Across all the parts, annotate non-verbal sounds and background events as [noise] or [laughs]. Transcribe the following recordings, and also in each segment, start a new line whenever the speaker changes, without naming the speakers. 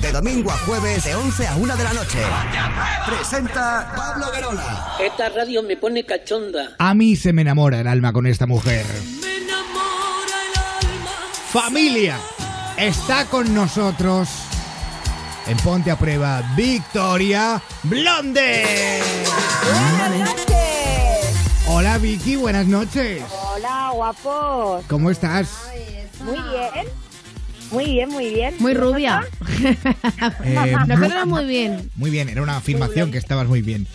de domingo a jueves de 11 a 1 de la noche. Presenta Pablo Guerola.
Esta radio me pone cachonda.
A mí se me enamora el alma con esta mujer.
Me enamora el alma.
Familia, está con nosotros en Ponte a Prueba Victoria Blonde.
Buenas noches.
Hola Vicky, buenas noches.
Hola, guapos.
¿Cómo estás?
Muy bien. Muy bien, muy bien.
Ah. Muy rubia.
Eh,
Nos queda muy bien.
Muy bien, era una afirmación que estabas muy bien.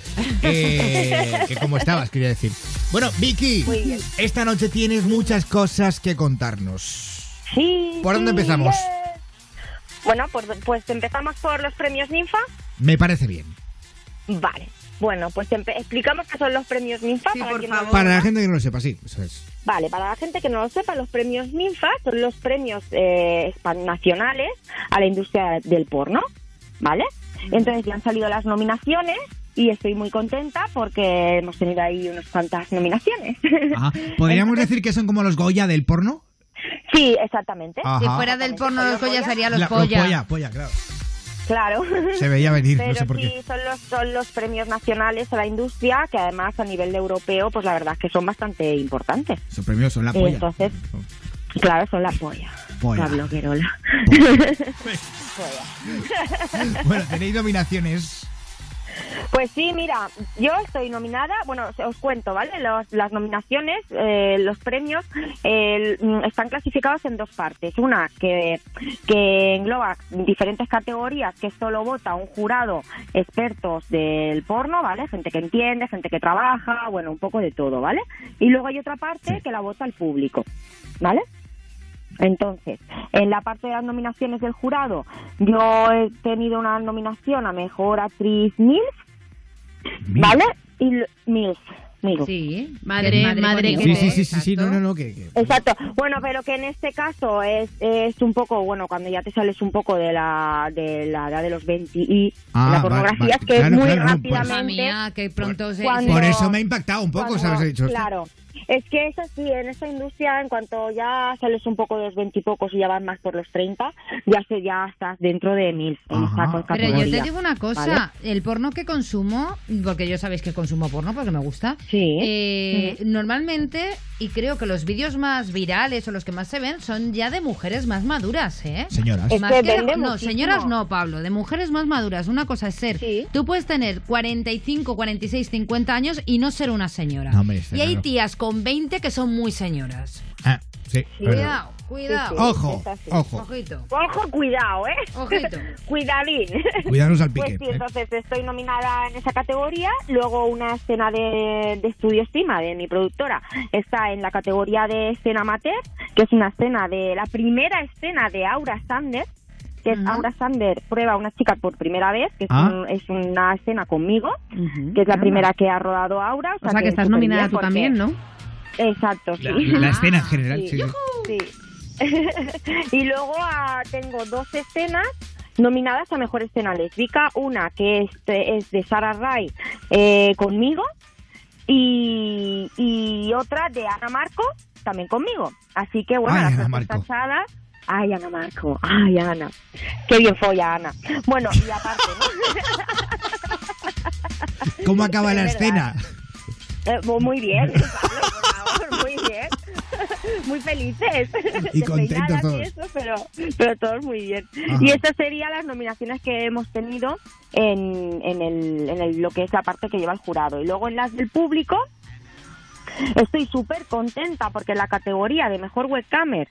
Eh, que como estabas, quería decir. Bueno, Vicky,
Muy bien.
esta noche tienes muchas cosas que contarnos.
Sí.
¿Por dónde
sí,
empezamos?
yes. Bueno, pues, pues empezamos por los premios Ninfa.
Me parece bien.
Vale. Bueno, pues empe- explicamos qué son los premios Ninfa.
Sí, por
quien no lo
favor.
Para la
sepa.
gente que no lo sepa, sí. eso es.
Vale, para la gente que no lo sepa, los premios Ninfa son los premios eh, hispan- nacionales a la industria del porno, ¿vale?
Mm.
Entonces ya han salido las nominaciones y estoy muy contenta porque hemos tenido ahí unas cuantas nominaciones. [laughs]
Ajá. Ah, ¿Podríamos decir que son como los Goya del porno?
sí, exactamente.
Ajá.
Si fuera del porno los Goya sería los
La-
Goya.
polla, claro.
Claro. [laughs]
Se veía venir,
Pero
no sé por
sí,
qué.
son los, son los premios nacionales a la industria que además a nivel europeo, pues la verdad es que son bastante importantes.
Sus premios son la
Eh,
polla.
entonces- Claro, son la polla.
Polla.
Pablo Querola. [laughs]
Bueno, tenéis nominaciones.
Pues sí, mira, yo estoy nominada, bueno, os- os cuento, ¿vale? Los- las nominaciones, eh, los premios, eh, mm, están clasificados en dos partes. Una que, que engloba diferentes categorías que solo vota un jurado expertos del porno, ¿vale? Gente que entiende, gente que trabaja, bueno, un poco de todo, ¿vale? Y luego hay otra parte que la vota el público, ¿vale? Entonces, en la parte de las nominaciones del jurado, yo he tenido una nominación a Mejor Actriz MILF, ¿Vale? Y lo- MILF. MILF.
Sí, madre, madre,
Sí,
que
sí,
te-
sí, sí, sí, sí, no,
Exacto.
no, no, que... que-
Exacto. Bueno, pero que en este caso es, es un poco, bueno, cuando ya te sales un poco de la, de la edad de los 20 y
Ah,
la
vale,
pornografía,
vale.
que
Claro, claro,
muy
no, por-
Mamma
rápidamente...
mía, que pronto se...
Cuando-
Por eso me ha impactado un poco,
Cuando-
¿sabes? He dicho, hostia,
claro. Es que es así, en esta industria, en cuanto ya sales un poco de los veintipocos y ya vas más por los 30, ya se, ya estás dentro de mil. en
Ajá.
esta
Pero yo te
categoría,
digo una cosa,
¿vale?
el porno que consumo, porque yo sabéis que consumo porno porque me gusta,
Sí.
eh,
Ujú.
normalmente, y creo que los vídeos más virales o los que más se ven son ya de mujeres más maduras, ¿eh?
Señoras.
Es
Más
que
que-
vende
no,
muchísimo.
señoras no, Pablo, de mujeres más maduras. Una cosa es ser,
Sí.
tú puedes tener 45, 46, 50 años y no ser una señora.
No, hombre, está
y hay
claro.
tías con 20 que son muy señoras.
Ah, sí, verdad.
Cuidado, cuidado.
Sí,
Ojo,
es así.
ojo.
Ojito.
Ojo, cuidado, ¿eh?
Ojito.
[laughs] Cuidadín.
Cuidaros al ¿eh?
Pues
pique.
sí, entonces estoy nominada en esa categoría. Luego una escena de, de estudio estima de mi productora está en la categoría de escena amateur, que es una escena de la primera escena de Aura Sander, que es
Ujú.
Aura Sander prueba a una chica por primera vez, que es,
Ah.
un- es una escena conmigo, que es la primera que ha rodado Aura. O sea,
O sea que estás
súper
nominada
bien
tú
porque-
también, ¿no?
Exacto, sí.
La, la escena en general,
Sí.
sí, sí.
Sí. [laughs] y luego ah, tengo dos escenas nominadas a mejor escena lésbica. Una que es, es de Sara Ray eh, conmigo y, y otra de Ana Marco también conmigo. Así que bueno,
Ay,
las
Ana
dos
Marco.
tachadas. Ay, Ana Marco. Ay, Ana. Qué bien folla, Ana. Bueno, y aparte, ¿no?
¿Cómo acaba la
Es
escena?
verdad. Eh, pues muy bien,
[laughs]
Pablo, por favor, muy bien. [laughs] Muy felices.
Y contentos
Despeinadas y
todos.
eso, pero, pero todos muy bien.
Ajá.
Y estas serían las nominaciones que hemos tenido en, en, el, en el- lo que es la parte que lleva el jurado. Y luego en las del público, estoy súper contenta porque en la categoría de mejor webcamer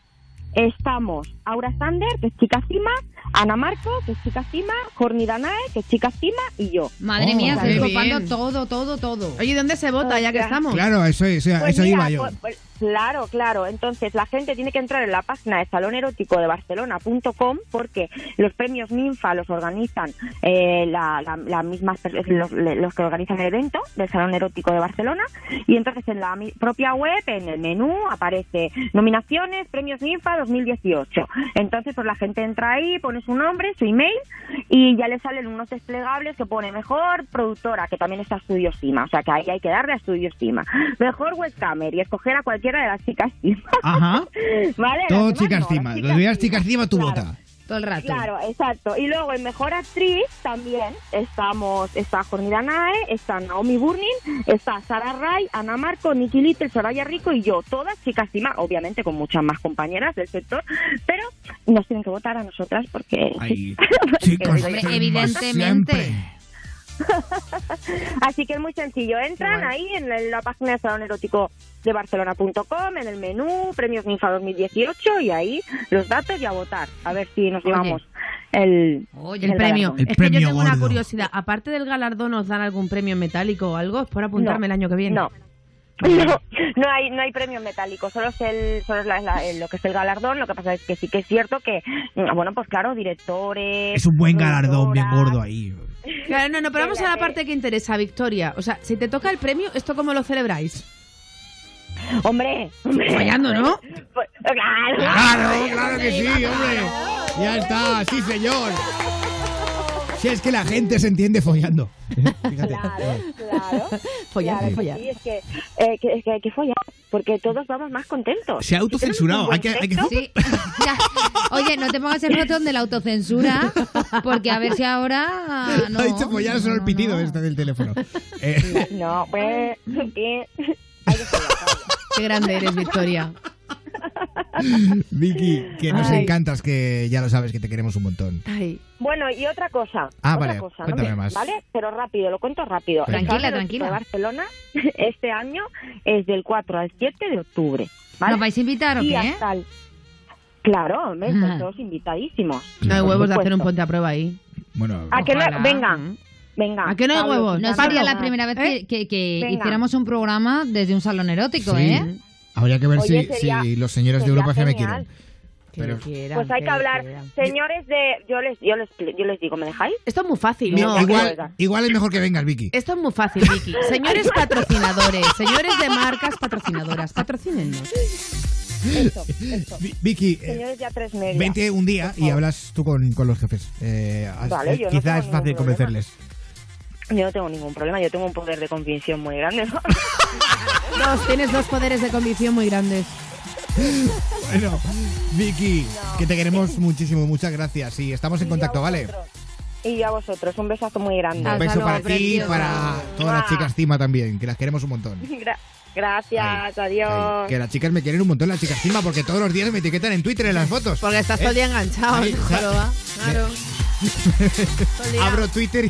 estamos Aura Sander, que es chica cima, Ana Marco, que es chica cima, Jorni Danae, que es chica cima, y yo.
Madre
Oh,
mía,
qué
estoy copando
bien.
todo, todo, todo.
Oye, ¿dónde se vota ya que
Ostras.
estamos?
Claro, eso, eso,
Pues
eso
mira,
iba yo.
pues- pues, claro, claro. Entonces la gente tiene que entrar en la página de salón erótico de barcelona.com porque los premios Ninfa los organizan eh, la, la- la mismas per- los, los que organizan el evento del salón erótico de Barcelona y entonces en la mi- propia web en el menú aparece nominaciones premios Ninfa 2018. Entonces pues la gente entra ahí, pone su nombre, su email y ya le salen unos desplegables que pone mejor productora, que también está Estudio Sima, o sea que ahí hay que darle a Estudio Sima. Mejor webcamer y escoger a cualquiera de las chicas Sima. [laughs]
Ajá.
¿Vale? Las
Todo
demás
chicas
no,
cima.
las
Los días chicas cima, tu
Claro.
bota.
Todo el rato.
Claro, exacto. Y luego en Mejor Actriz también estamos, está Jornida Nae, está Naomi Burning, está Sara Ray, Ana Marco, Nikki Little, Soraya Rico y yo. Todas chicas y más, obviamente con muchas más compañeras del sector, pero nos tienen que votar a nosotras porque...
Ay, [laughs]
Hombre,
chicos,
Hombre,
sois más
evidentemente.
siempre.
[laughs] Así que es muy sencillo. Entran
Qué guay.
ahí en la- en la página de Salón Erótico de Barcelona.com, en el menú Premios Ninfa 2018 y ahí los datos y a votar. A ver si nos
Oye.
llevamos el,
Oye,
El premio.
galardón.
El
es
premio
que yo tengo una
gordo.
curiosidad. Aparte del galardón, ¿nos dan algún premio en metálico o algo? Es por apuntarme
No,
el año que viene. [laughs]
No. No, no hay no hay premio metálico, solo es, el, solo es la- la- el- lo que es el galardón. Lo que pasa es que sí que es cierto que, mm, bueno, pues claro, directores.
Es un buen galardón bien
productoras.
gordo ahí.
Claro, no, no, pero vamos a la parte que interesa, Victoria. O sea, si te toca el premio, ¿esto cómo lo celebráis? [laughs]
Hombre, hombre.
Fallando, ¿no?
Pues, claro.
Claro, claro que sí, hombre. Ya está, sí, señor. Si es que la gente se entiende follando. Fíjate. Eh,
Claro, claro.
Follar,
Claro que
follar.
Sí, es que, eh, que- es que hay que follar, porque todos vamos más contentos.
Se ha autocensurado. Hay que, hay [laughs] que...
Sí. [laughs] Ya. Oye, no te pongas el botón de la autocensura, porque a ver si
[laughs]
ahora. Ah, No,
ha dicho
"Pues
follar,
No,
solo el
no,
pitido
no.
este del teléfono. Eh,
No, pues, que- hay que follar, claro.
Qué grande eres, Victoria.
Vicky, que nos
Ay.
encantas, que ya lo sabes que te queremos un montón.
Ay,
Bueno, y otra cosa.
Ah,
otra
vale,
cosa,
cuéntame
me-
más.
¿Vale? Pero rápido, lo cuento rápido.
Venga.
El Salón
Tranquila,
Erótico de Barcelona [laughs] este año es del 4 al 7 de octubre. ¿Vale?
¿Nos vais a invitar o
y
qué? Ah.
hasta el- Claro, hombre,
Ajá.
estáis todos invitadísimos.
no hay
Por
huevos de hacer un
supuesto.
ponte a prueba ahí.
Bueno,
¿A que no?
Ojalá.
Venga,
Mm.
venga.
¿A que no hay
Pablo,
huevos?
Susana,
No
Nos
sería la
Ana.
primera
¿Eh?
vez que, que- que
Venga.
hiciéramos un programa desde un salón erótico,
Sí.
¿eh?
habría que ver
Oye,
si,
sería-
si los señores de
sería
Europa FM
genial.
quieren.
Que
Pero-
lo quieran,
Pues hay que
lo
hablar.
quieran.
Señores de... Yo les, yo les, yo les digo, ¿me dejáis?
Esto es muy fácil,
No,
¿no?
Igual,
oiga.
igual es mejor que vengas, Vicky.
Esto es muy fácil,
[laughs]
Vicky. Señores patrocinadores, señores de marcas patrocinadoras, patrocínenos.
Eso, eso.
Vi- Vicky, eh,
Señores de a tres medias.
vente un día y hablas tú con, con los jefes. Eh, has-
Vale, yo no
quizá
tengo
es
ningún
fácil
problema.
convencerles.
Yo no tengo ningún problema, yo tengo un poder de convicción muy grande. ¿no? [laughs]
Dos, tienes dos poderes de convicción muy grandes.
Bueno, Vicky, que te queremos muchísimo, muchas gracias. Y estamos en
Y
contacto,
a
¿vale?
vosotros. Y yo a vosotros, un besazo muy grande.
Un
Hasta
beso
luego,
para ti y
preciosa.
para todas las
Mua.
chicas Cima también, que las queremos un montón.
[laughs] Gra- gracias,
Ay,
adiós.
que las chicas me quieren un montón, las chicas Cima, porque todos los días me etiquetan en Twitter en las fotos.
[laughs] Porque estás todo el día enganchado,
Ahí,
Joroba. Claro. Todo el día.
¿Eh? Abro Twitter